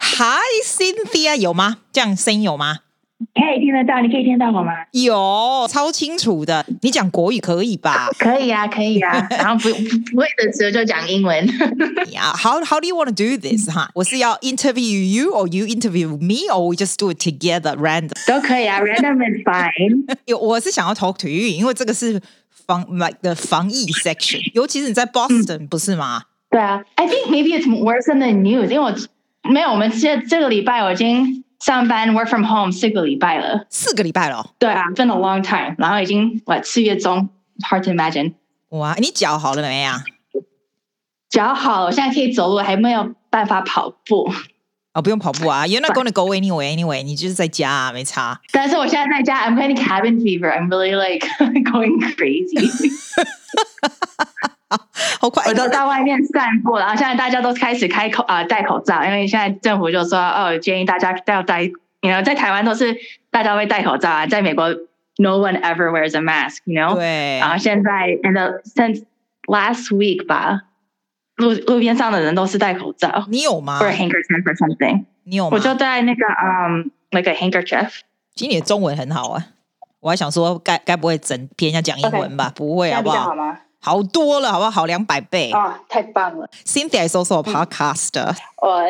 Hi Cynthia 有吗？这样声音有吗？可以听得到，你可以听到我吗？有，超清楚的。你讲国语可以吧 可以啊，可以啊。 然后不不不会的时候就讲英文。 ？Yeah. 啊 How How do you want to do this? 哈，我是要 interview you or you interview me or we just do it together random. 都可以啊，random and fine。有，我是想要 talk to you，因为这个是防 like 的防疫 section，尤其是你在 Boston 不是吗？对啊，I think maybe it's worse than the news，因为我没有，我们这这个礼拜我已经上班 work from home 四个礼拜了。四个礼拜了哦，对啊，been a long time，然后已经我四月中，hard to imagine。哇，你脚好了没啊？脚好了，我现在可以走路，还没有办法跑步。哦，不用跑步啊，You're not going to go anyway anyway，你就是在家、啊，没差。但是我现在在家，I'm getting cabin fever. I'm really like going crazy. 好快，我都到外面散步，然后现在大家都开始开口啊、呃戴口罩，因为现在政府就说哦，建议大家要戴，你 you know, 在台湾都是大家会戴口罩啊，在美国 no one ever wears a mask，you know。对然后现在 and the, since last week 吧，路路边上的人都是戴口罩你有吗，or？a handkerchief or something。你有吗我？就戴那个嗯、那个 handkerchief。其实你的中文很好啊，我还想说该该不会整篇要讲英文吧不会好不这样比较好好？吗？好多了，好不好？好两百倍。哦，嗯太棒了！ Cynthia is also a podcaster，、我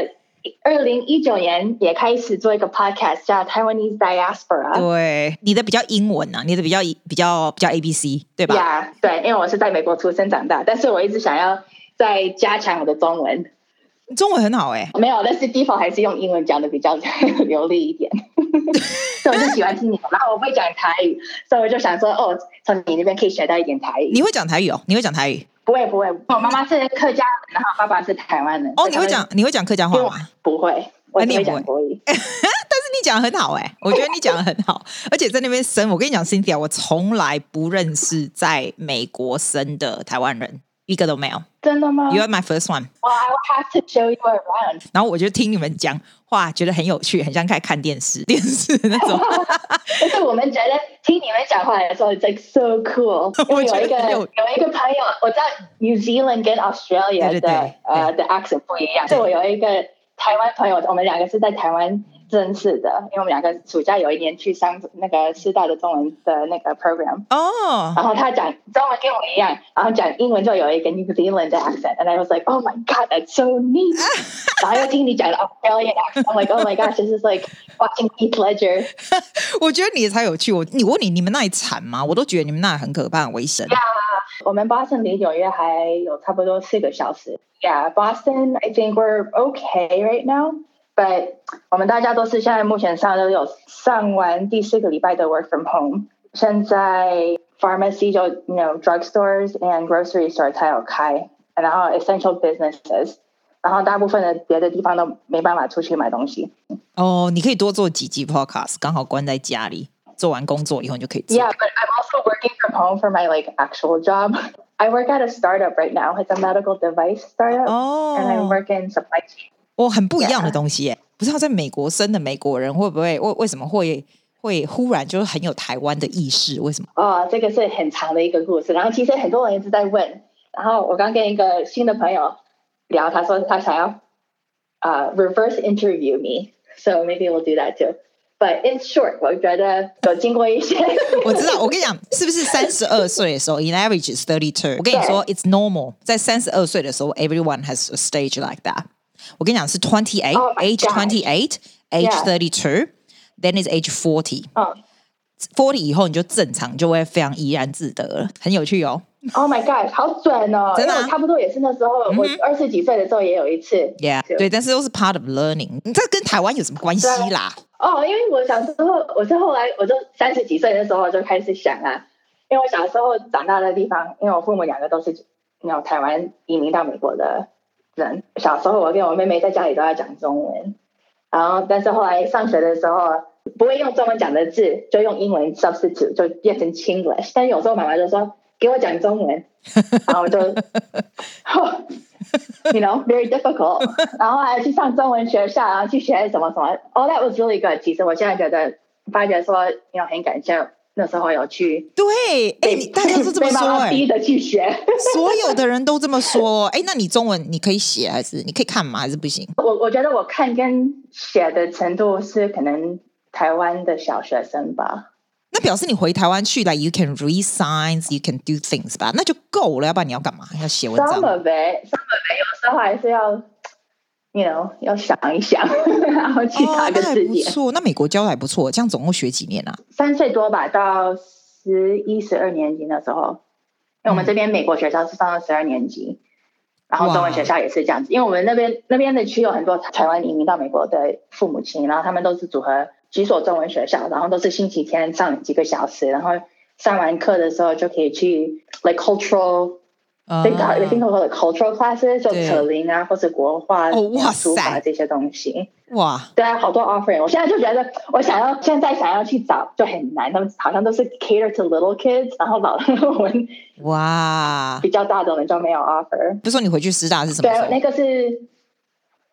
二零一九年也开始做一个 podcast 叫 Taiwanese Diaspora。对，你的比较英文啊，你的比较比较比较 A B C，对吧呀对，因为我是在美国出生长大，但是我一直想要再加强我的中文。你中文很好哎、没有，但是 default 还是用英文讲的比较流利一 点。所以我就喜欢听你，然后我会讲台语，所以我就想说，哦，从你那边可以学到一点台语。你会讲台语哦？你会讲台语？不会不会，我妈妈是客家人，然后爸爸是台湾人。哦，所以你他们会讲？你会讲客家话因为我 吗？不会，我啊你只也会不会讲国语。你讲得很好哎、我觉得你讲的很 好，而且在那边生，我跟你讲，Cynthia，我从来不认识在美国生的台湾人，一个都 没有。啊真的吗 You are my first one。 ？Well, I will have to show you around. 然后我就听你们讲话，觉得很有趣，很像在看电视， 电视那 种。。但是我们觉得听你们讲话的时候，it's like so cool 我因为觉有得一个有有一个朋友，我知道 New Zealand 跟 Australia 对对的对呃的 accent 不一样，对所以我有一个台湾朋友，我们两个是在台湾认识的，因为我们两个暑假有一年去上那个师大的中文的那个 program。哦，然后他讲中文跟我一样，然后讲英文就有一个 New Zealand 的 accent，and I was like, oh my god, that's so neat 。然后又听你讲 Australian accent，I'm like, oh my god, this is like watching Heath Ledger。我觉得你才有趣。我你我问你，你们那里惨吗？我都觉得你们那里很可怕，很危险。我们 Boston 离纽约还有差不多四个小时。Yeah, Boston, I think we're okay right now. But 我们大家都是现在目前上都有上完第四个礼拜的 work from home。现在 pharmacy 就 you know drugstores and grocery store 才有开，然后 essential businesses，然后大部分的别的地方都没办法出去买东西。哦，你可以多做几集 podcast，刚好关在家里，做完工作以后你就可以做。 Yeah, but I'm also working from home for my like actual job. I work at a startup right now. It's a medical device startup. and I 哦， work in supply chain. 哦，很不一样的东西耶。不知道在美国生的美国人会不会为为什么会会忽然就是很有台湾的意识？为什么？哦，这个是很长的一个故事。然后其实很多人一直在问。然后我刚跟一个新的朋友聊，他说他想要啊、reverse interview me, so maybe we'll do that too. But in short，我觉得有经过一些 我知道，我跟你讲，是不是三十二岁的时候，in average is thirty two。我跟你说，it's normal。在三十二岁的时候，everyone has a stage like that。我跟你讲是 twenty Oh my eight，age God twenty eight，age Yeah thirty two，then is age forty。哦 forty 以后你就正常，就会非常怡然自得了，很有趣哦。 ，Oh my God，好准哦！真的啊因为我差不多也是那时候，我二十几岁的时候也有一次。 Yeah，是对，但是都是 part of learning。你这跟台湾有什么关系啦？哦，因为我小时候，我是后来我就三十几岁的时候我就开始想啊，因为我小时候长大的地方，因为我父母两个都是那种台湾移民到美国的人，小时候我跟我妹妹在家里都要讲中文，然后但是后来上学的时候不会用中文讲的字，就用英文 substitute 就变成 Chinglish，但有时候妈妈就说给我讲中文，然后我就。you know, very difficult. 然后还去上中文学校，然后去学什么什么。Oh, that was really good. 其实我现在觉得，发觉说，you know，很感谢那时候有去对，哎，被你大家都这么 被说妈妈哎、逼着去学。 所有的人都这么说哎、那你中文你可以写还是你可以看吗？还是不行？我我觉得我看跟写的程度是可能台湾的小学生吧。那表示你回台湾去了，you can read signs，you can do things 吧，那就够了。要不然你要干嘛？要写文 Some 章哦 of it，some of it，有时候还是要，you know，要想一想， 然后去查哦，个那还字不典。错。那美国教的还不错，这样总共学几年啊？三岁多吧，到十一、十二年级那时候，嗯因为我们这边美国学校是上到十二年级，然后中文学校也是这样子。因为我们那边那边的区有很多台湾移民到美国的父母亲，然后他们都是组合几所中文学校，然后都是星期天上几个小时，然后上完课的时候就可以去 like cultural。啊对，搞听说的 cultural classes 就对扯铃啊，或者国画、哦哇书法塞这些东西。哇，对啊，好多 offering。我现在就觉得，我想要现在想要去找就很难，他们好像都是 cater to little kids，然后老我们哇！比较大的人就没有 offer。不是说你回去师大是什对么时啊，候那？个是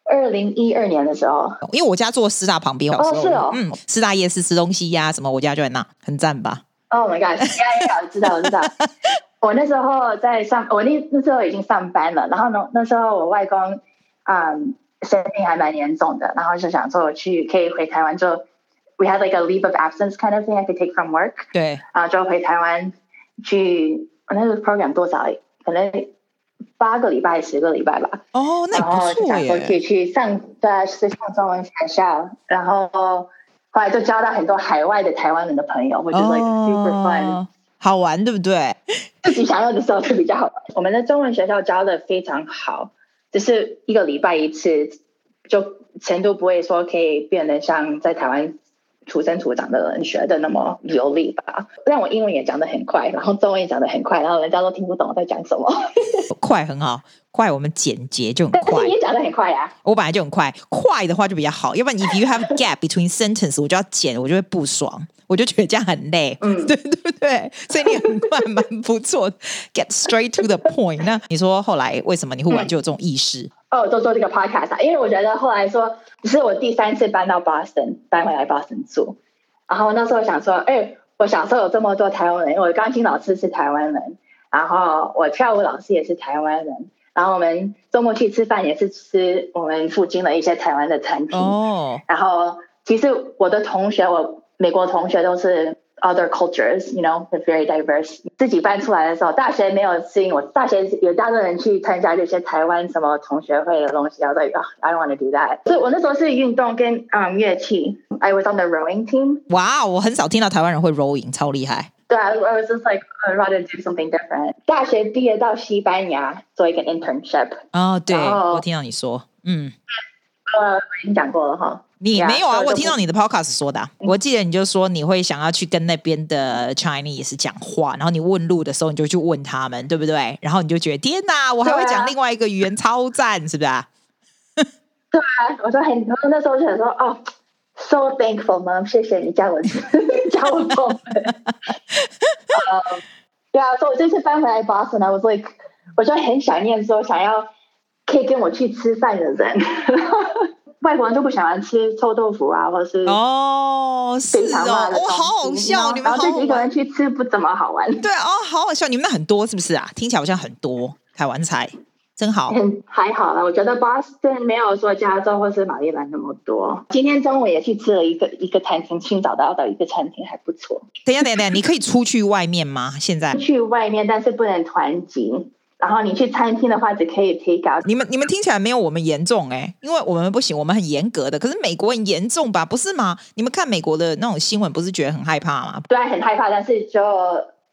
二零一二年的时候，因为我家坐师大旁边，我哦小时候是哦嗯，师大夜市吃东西呀、什么，我家就在那，很赞吧？ Oh my god！呀呀，知 道知道。我那时候在上，我那那时候已经上班了。然后呢，那时候我外公，嗯，生病还蛮严重的，然后就想说我去可以回台湾就，we had like a leave of absence kind of thing I could take from work，对，啊然后就回台湾去，我那个 program 多少？可能八个礼拜、十个礼拜吧。哦，那然后也不就错想说可以耶。去上对啊，是上中文学校，然后后来就交到很多海外的台湾人的朋友，我觉得 like super fun。哦，好玩，对不对？自己想要的时候就比较好玩。我们的中文学校教的非常好，就是一个礼拜一次，就程度不会说可以变得像在台湾土生土长的人学的那么流利吧。但我英文也讲得很快，然后中文也讲得很快，然后人家都听不懂我在讲什么，快很好，快我们简洁就很但是快 你。也讲得很快啊呀、我本来就很快，快的话就比较好，要不然 if you have a gap between sentence，我就要剪，我就会不爽，我就觉得这样很累，嗯 对对不对？所以你很快，蛮不错的，get straight to the point。那你说后来为什么你嗯会挽救这种意识？哦，就做这个 podcast 啊，因为我觉得后来说，是我第三次搬到 Boston，搬回来 Boston 住，然后那时候想说，哎，我小时候有这么多台湾人，我的钢琴老师是台湾人，然后我跳舞老师也是台湾人，然后我们周末去吃饭也是吃我们附近的一些台湾的餐厅，哦，然后其实我的同学，我美国同学都是 other cultures，you know，they're very diverse。自己搬出来的时候，大学没有适应我，大学有大多人去参加这些台湾什么同学会的东西，然后说啊、i don't want to do that。所以我那时候是运动跟嗯乐器，I was on the rowing team。哇，哦我很少听到台湾人会 rowing，超厉害。对啊，I was just like I'd rather do something different。大学毕业到西班牙做一个 internship，哦，对，哦我听到你说，嗯，呃，我已经讲过了哈。你 Yeah，没有啊？所以我就嗯听到你的 podcast 说的啊、我记得你就说你会想要去跟那边的 Chinese 讲话，然后你问路的时候你就去问他们，对不对？然后你就觉得天哪，我还会对啊讲另外一个语言，超赞，是不是啊？啊我说很，我那时候就想说，哦，so thankful mom，谢谢你教我 教我中文。 呃，对啊，所以我这次搬回来 Boston 呢，我说我就很想念说想要可以跟我去吃饭的人， 外国人都不喜欢吃臭豆腐啊，或者是哦，是平常化哦，的我、东西好好笑，然后你们然好后自好己一个玩人，去吃不怎么好玩，对哦，好好笑，你们那很多是不是啊？听起来好像很多台湾菜，真 好。很嗯还好啦，我觉得 Boston 没有说加州或是马里兰那么多。今天中午也去吃了一个一个餐厅，新找到的哦一个餐厅还不错。等一下，等一下，等一下，你可以出去外面吗？现在去外面，但是不能团集。然后你去餐厅的话，只可以 take out。你们你们听起来没有我们严重哎、因为我们不行，我们很严格的。可是美国很严重吧？不是吗？你们看美国的那种新闻，不是觉得很害怕吗？虽然很害怕，但是就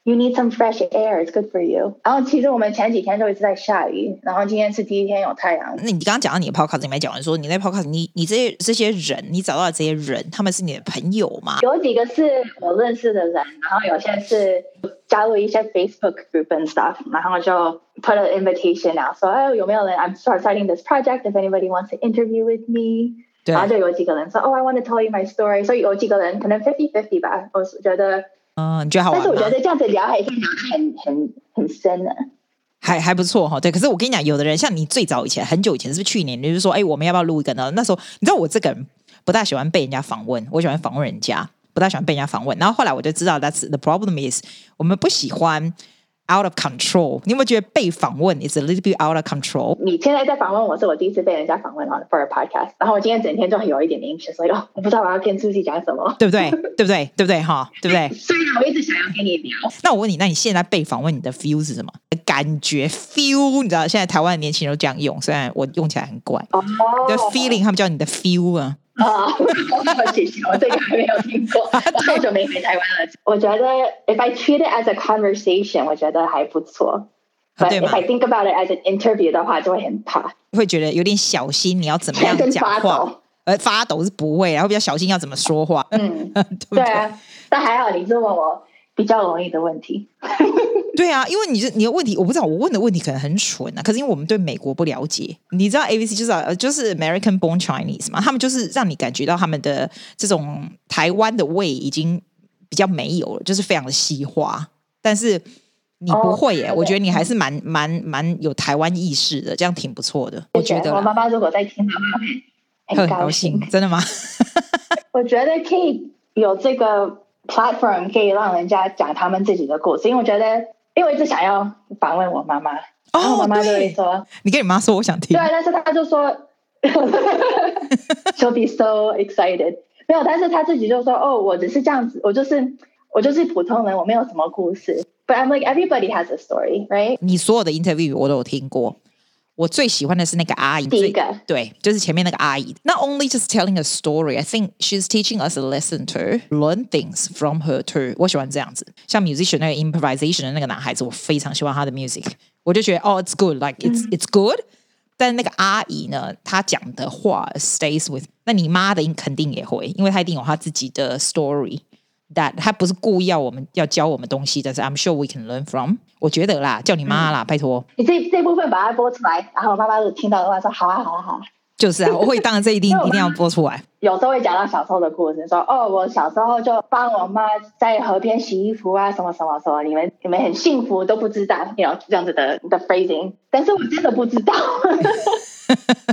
you need some fresh air, it's good for you。然后其实我们前几天就一直在下雨，然后今天是第一天有太阳。那你刚刚讲到你的 podcast，你没讲完说你在 podcast，你你这些这些人，你找到的这些人，他们是你的朋友吗？有几个是我认识的人，然后有些是加入一些 Facebook group and stuff，然后就 put an invitation out，说哎有没有人？I'm starting this project. If anybody wants to interview with me，对然后就有几个人说，Oh, I want to tell you my story。所以有几个人可能 fifty fifty 吧，我是觉得。嗯，你觉得好玩但吗？是我觉得这样子聊还可以聊得很很很深的、还还不错哈，对。可是我跟你讲，有的人像你最早以前，很久以前，是不是去年，你就说，哎，我们要不要录一个呢？那时候你知道我这个人不大喜欢被人家访问，我喜欢访问人家。不太喜欢被人家访问。然后后来我就知道，that's the problem is 我们不喜欢 out of control。你有没有觉得被访问 is a little bit out of control？你现在在访问我，是我第一次被人家访问 on for a podcast，然后我今天整天就有一点 anxious，所以哦，我不知道我要跟 Susie 讲什么。对不对？对不对？对不对？哈，对不对？虽然我一直想要跟你聊，那我问你，那你现在被访问，你的 feel 是什么？感觉 feel，你知道现在台湾的年轻人都这样用，虽然我用起来很怪。哦你的 feeling，他们叫你的 feel 啊。 啊，谢谢，我这个还没有 听过，我好久没回台湾了。我觉得 if I treat it as a conversation，我觉得还不错。啊 But 对吗 if I think about it as an interview 的话，就会很怕。会觉得有点小心，你要怎么样 跟讲发话抖？呃，发抖是不会，然后比较小心要怎么说话，嗯， 对不对对？啊，但还好你是问我比较容易的问题。对啊，因为你是你的问题，我不知道我问的问题可能很蠢啊，可是因为我们对美国不了解，你知道 A B C 就是呃就是 American born Chinese 嘛，他们就是让你感觉到他们的这种台湾的味已经比较没有了，就是非常的西化，但是。你不哦会耶、对我觉得对你还是蛮蛮蛮有台湾意识的，这样挺不错的，我觉得我啦妈妈如果在听 的话，会很很高高兴兴。，真的吗？我觉得可以有这个 platform 可以让人家讲他们自己的故事，因为我觉得，因为我一直想要访问我妈妈，然后我哦，妈妈就会对，说，你跟你妈说我想听 对，，啊但是她就说 ，she'll be so excited，没有，但是她自己就说，哦，我只是这样子，我就是我就是普通人，我没有什么故事。But I'm like everybody has a story, right？你所有的 interview 我都有听过。我最喜欢的是那个阿姨，第一最个对，就是前面那个阿姨。Not only just telling a story, I think she's teaching us a lesson to learn things from her too。我喜欢这样子，像 musician 那个 improvisation 的那个男孩子，我非常喜欢他的 music，我就觉得哦、i t s good, like it's、it's good。但那个阿姨呢，她讲的话 stays with。那你妈的肯定也会，因为她一定有她自己的 story。that 他不是故意要我们要教我们东西，但是 I'm sure we can learn from。我觉得啦，叫你妈啦，拜托，你这这部分把它播出来，然后我妈妈如果听到的话说，好啊，好啊，好啊。就是啊，我会当然这一定那我一定要播出来。有时候会讲到小时候的故事，说哦，我小时候就帮我妈在河边洗衣服啊，什么什么什么，你们你们很幸福都不知道，有这样子的的 phrasing，但是我真的不知道，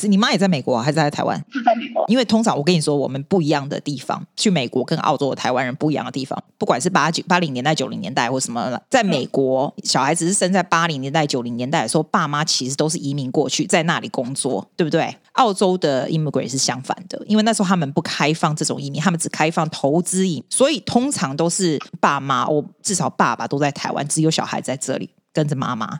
是你妈也在美国、啊、还是在台湾？是在美国，因为通常我跟你说，我们不一样的地方，去美国跟澳洲的台湾人不一样的地方，不管是八九八零年代、九零年代或什么，在美国，小孩子是生在八零年代、九零年代的时候，爸妈其实都是移民过去，在那里工作，对不对？澳洲的 immigrant 是相反的，因为那时候他们不开放这种移民，他们只开放投资移民，所以通常都是爸妈，我至少爸爸都在台湾，只有小孩在这里跟着妈妈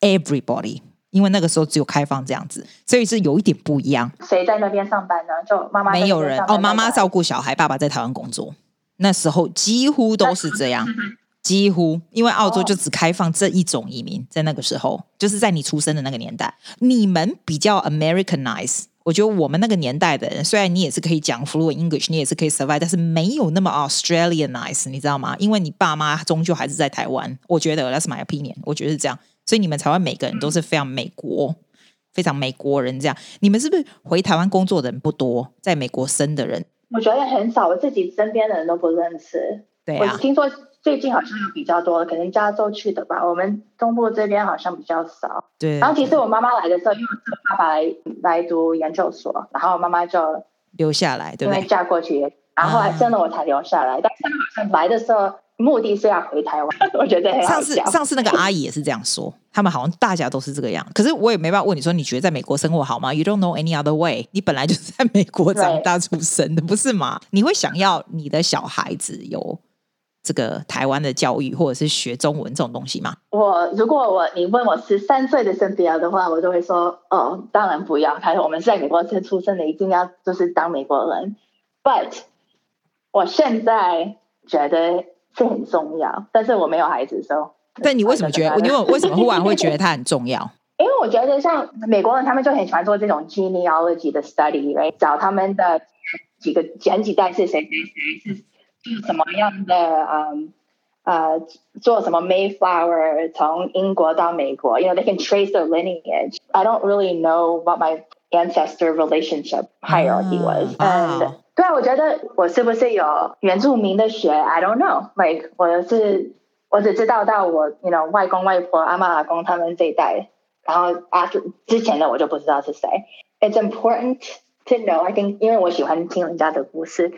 ，everybody。因为那个时候只有开放这样子，所以是有一点不一样。谁在那边上班呢？就妈妈在那边没有人上班哦，妈妈在照顾小孩，爸爸在台湾工作。那时候几乎都是这样，几乎因为澳洲嗯哦就只开放这一种移民，在那个时候，就是在你出生的那个年代，你们比较 Americanize。我觉得我们那个年代的人，虽然你也是可以讲 fluent English，你也是可以 survive，但是没有那么 Australianize，你知道吗？因为你爸妈终究还是在台湾，我觉得 that's my opinion，我觉得是这样，所以你们才会每个人都是非常美国。非常美国人这样。你们是不是回台湾工作的人不多，在美国生的人？我觉得很少，我自己身边的人都不认识。对我啊，听说最近好像有比较多了，可能加州去的吧，我们东部这边好像比较少。对然，后其实我妈妈来的时候，因为我是我爸爸来来读研究所，然后我妈妈就留下来，对啊因不为对？嫁过去，然后后来生了我才留下来。但是好像来的时候目的是要回台湾， 我觉得很好上次笑。上次那个阿姨也是这样说，他们好像大家都是这个样。可是我也没办法问你说，你觉得在美国生活好吗？You don't know any other way。你本来就是在美国长大出生的，不是吗？你会想要你的小孩子有这个台湾的教育，或者是学中文这种东西吗？我如果我你问我十三岁的生不要的话，我就会说哦，当然不要。他说我们是在美国生出生的，一定要就是当美国人。But 我现在觉得是很重要，但是我没有孩子，所以但你为什么觉得？你为为什么忽然会觉得它很重要？ 因为我觉得像美国人，他们就很喜欢做这种 genealogy 的 study，right？找他们的几个前几代是谁谁谁是是什么样的，嗯呃，做什么 Mayflower 从英国到美国，you know they can trace their lineage. I don't really know what my ancestor relationship hierarchy was. 啊 And 对啊，我觉得我是不是有原住民的血？I don't know. Like 我是我只知道到我，you know，外公外婆、阿妈阿公他们这一代，然后 after 之前的我就不知道是谁。It's important to know. I think 因为我喜欢听人家的故事，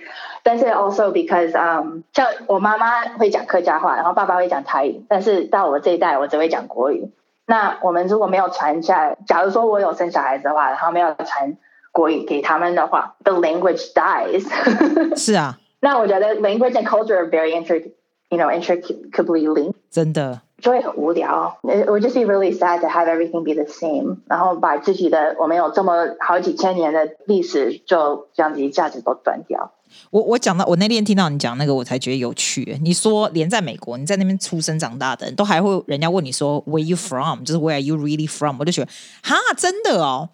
但是 also because um，像我妈妈会讲客家话，然后爸爸会讲台语，但是到我这一代我只会讲国语。那我们如果没有传下，假如说我有生小孩子的话，然后没有传国语给他们的话，the language dies 是啊，那我觉得 language and culture are very intric, you know, intricately linked. 真的，就会很无聊。It would just be really sad to have everything be the same，然后把自己的我们有这么好几千年的历史就这样子一下子都断掉。我我讲到我那天听到你讲那个，我才觉得有趣耶。你说连在美国，你在那边出生长大的人都还会人家问你说 Where you from？就是 Where are you really from？我就觉得哈，真的哦，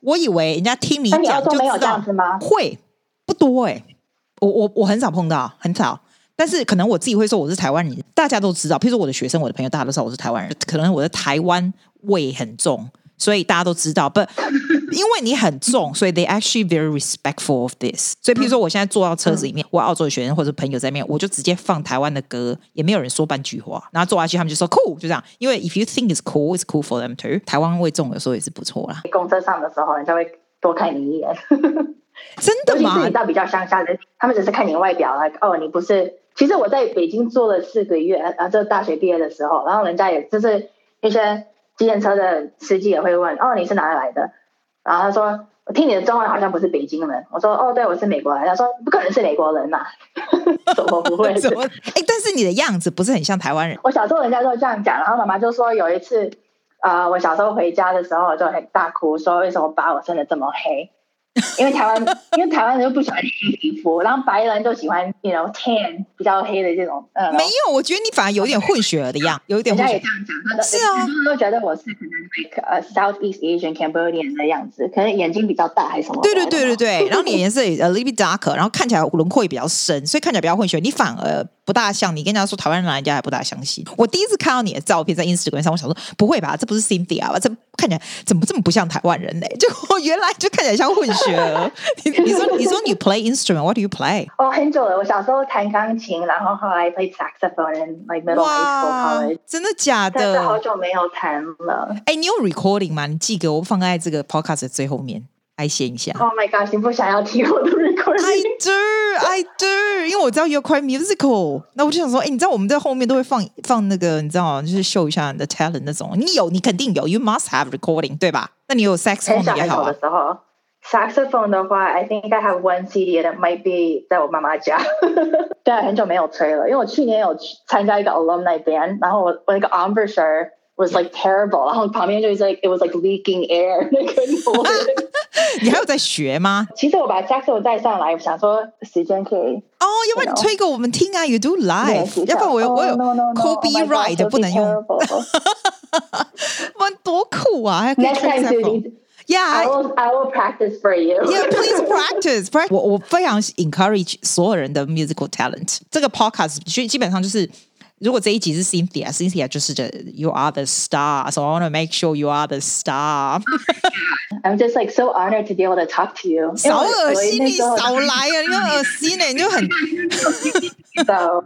我以为人家听你那你讲澳就洲没有知这道样子吗？会不多哎、我我我很少碰到，很少。但是可能我自己会说我是台湾人，大家都知道。譬如说我的学生、我的朋友，大家都知道我是台湾人。可能我的台湾味很重，所以大家都知道。不，因为你很重，所以 they actually very respectful of this。所以譬如说我现在坐到车子里面，我澳洲的学生或者朋友在面，我就直接放台湾的歌，也没有人说半句话。然后坐下去，他们就说 cool，就这样。因为 if you think it's cool, it's cool for them too。台湾味重有时候也是不错啦，公车上的时候，人家会多看你一眼， 真尤的其是吗你？到比较乡下的，他们只是看你外表，like 哦，你不是。其实我在北京做了四个月，啊，就大学毕业的时候，然后人家也就是一些计程车的司机也会问，哦，你是哪里来的？然后他说，我听你的中文好像不是北京人。我说，哦，对，我是美国人。他说，不可能是美国 ？人 呐、怎么不会怎么？哎、但是你的样子不是很像台湾人。我小时候人家都这样讲，然后妈妈就说有一次，啊，我小时候回家的时候就很大哭，说为什么把我生的这么黑？因为台湾， 因为台湾人就不喜欢黑皮肤，然后白人就喜欢那种 tan 比较黑的这种，呃，没有，我觉得你反而有点混血儿的样，有一点人混血家也儿这。样讲，他的是啊他们都觉得我是可能 like 呃 Southeast Asian Cambodian 的样子，可能眼睛比较大还是什么？对对对对对，然后你的颜色也呃 a little bit darker，然后看起来轮廓也比较深，所以看起来比较混血。你反而不大像，你跟人家说台湾人来，人家还不大相信。我第一次看到你的照片在 Instagram 上，我想说不会吧，这不是 Cindy 啊？这看起来怎么这么不像台湾人呢？ 结果原来就看起来像混血儿。你你 说你说你 play instrument，what do you play？哦，很久了。我小时候弹钢琴，然后后来 play saxophone in like middle high 哇 school college，，真的假但是好的？久没有弹了。哎，你有 recording 吗？你寄给我，我放在这个 podcast 的最后面，哀先一下。 Oh my gosh！你不想要听我的 I recording？ do, I do，因为我知道 You're quite musical，那我就想说，哎、你知道我们在后面都会放放那个，你知道，就是秀一下你的 talent 那种。你有，你肯定有，You must have recording，对吧？那你有 很小 saxophone 也很好小啊的。时候，saxophone 的话，I think I have one CD that might be 在我妈妈家。 对，很久没有吹了，因为我去年有去参加一个 alumni band，然后我我那个 embouchure was like terrible，然后旁边就是 like it was like leaking air 那 个 noise 你还有在学吗？其实我把 saxophone 带上来，我想说时间可以哦，要不然你吹给我们听啊，You do 练 live，习一要下。不然我有、 Oh, 我有 no, no, no, oh my gosh, copyright that would be 不能用， terrible. 哇，多酷啊！还可以 Next 吹 time, saxophone。 Judy, I Yeah，I will I will practice for you. Yeah, please practice. practice. 我我非常 encourage 所有人的 musical talent。这个 podcast 基基本上就是，如果这一集是 Cynthia，Cynthia 就是这 You are the star, so I want to make sure you are the star。 I'm just like so honored to be able to talk to you. 少恶心，你因为我-我那时候-少来啊！你要恶心呢、你就很， So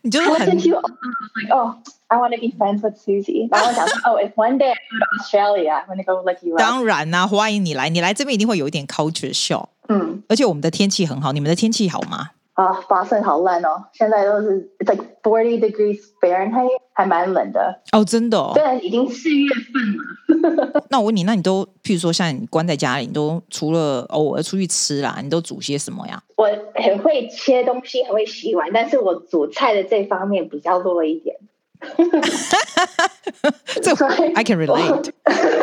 你就是 I 很 listened to you. all, I was like, oh, I want to be friends with Susie. That was awesome. Oh, if one day I go to Australia, I'm gonna go look you up. 当然啦、啊欢迎你来，你来这边一定会有一点 culture shock。嗯，而且我们的天气很好，你们的天气好吗？啊、b o s t o n 好冷哦，现在都是 it's like forty degrees Fahrenheit，还蛮冷的。哦，真的哦。虽然已经四月份了。那我问你，那你都，譬如说像你关在家里，你都除了偶尔出去吃啦，你都煮些什么呀？我很会切东西，很会洗碗，但是我煮菜的这方面比较弱一 点。这所以 I can relate。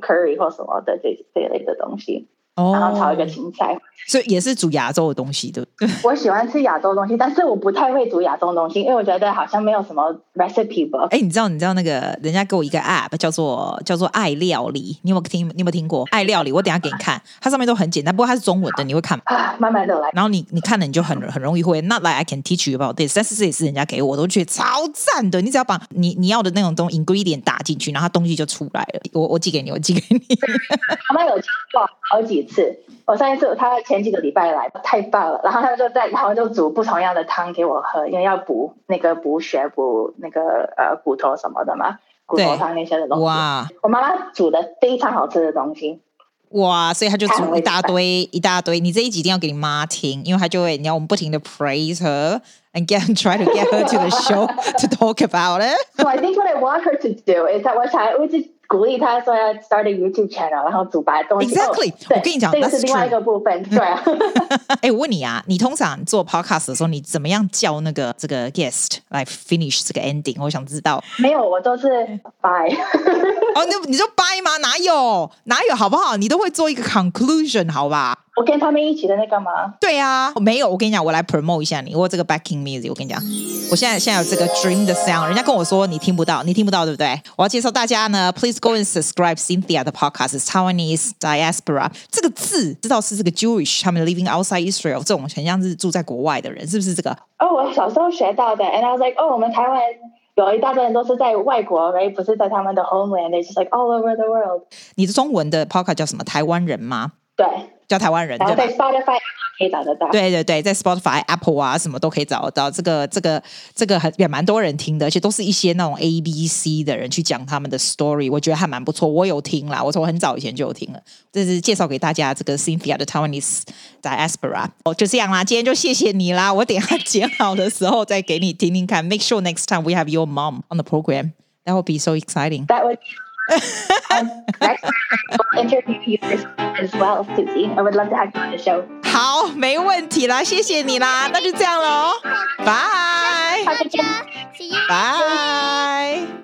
curry 或什么的这这一类的东西，哦，然后炒一个芹菜。所以也是煮亚洲的东西，对不对？我喜欢吃亚洲东西，但是我不太会煮亚洲东西，因为我觉得好像没有什么 recipe book。哎，你知道你知道那个人家给我一个 app 叫做叫做爱料理，你有没有听你有没有听过爱料理？我等一下给你看，它上面都很简单，不过它是中文的，你会看吗。啊，慢慢的来。然后你你看了你就很很容易会。Not like I can teach you about this，但是这也是人家给我的，我觉得超赞的。你只要把你你要的那种东 ingredient 打进去，然后它东西就出来了。我我寄给你，我寄给你。妈妈有教过好几次，我上一次她前几个礼拜来，太棒了。然后她就在，然后就煮不同样的汤给我喝，因为要补那个补血、补那个呃骨头什么的嘛，骨头汤那些的东西。哇，我妈妈煮的非常好吃的东西，哇，所以他就看煮了一一大半堆一大堆。你这一集一定要给你妈听，因为她就会，你要我们不停的 praise her and get try to get her to the show to talk about it。 So I think what I want her to do is that 我才我一直鼓励她说要 start a YouTube channel，然后主把东西。哦 Exactly，我跟你讲，that's true。这个是另外一个部分，对啊。 哎，我问你啊，你通常做 podcast 的时候，你怎么样叫那个这个 guest 来 finish 这个 ending？我想知道。没有，我都是 bye。哦，那你就掰吗？哪有哪有好不好？你都会做一个 conclusion 好吧？ 我跟他们一起的那个嘛，对啊，没有，我跟你讲，我来 promote 一下你，我有这个 backing music，我跟你讲，我现在现在有这个 dream 的 sound，人家跟我说你听不到，你听不到，对不对？我要介绍大家呢，please go and subscribe Cynthia 的 podcast is Taiwanese diaspora 这个字知道是这个 Jewish 他们 living outside Israel 这种很像是住在国外的人，是不是这个？哦，我小时候学到的，and I was like，哦，我们台湾有一大堆人都是在外国，right，不是在他们的 homeland，they just like all over the world。你的中文的 podcast 叫什么？台湾人吗？对，叫台湾人然对后吧在？Spotify 可以找得到。对对对，在 Spotify、Apple 啊什么都可以找得到。这个这个这个很也蛮多人听的，而且都是一些那种 A B C 的人去讲他们的 story，我觉得还蛮不错。我有听啦，我从很早以前就有听了。这是介绍给大家这个 Cynthia 的 Taiwanese diaspora。哦，就这样啦，今天就谢谢你啦。我等一下剪好的时候再给你听听看。Make sure next time we have your mom on the program. That will be so exciting. That would um, next time I'll interview you as well, Susie. I would love to have you on the show. 好，没问题啦，谢谢你啦，那就这样喽，拜大家，See you。拜。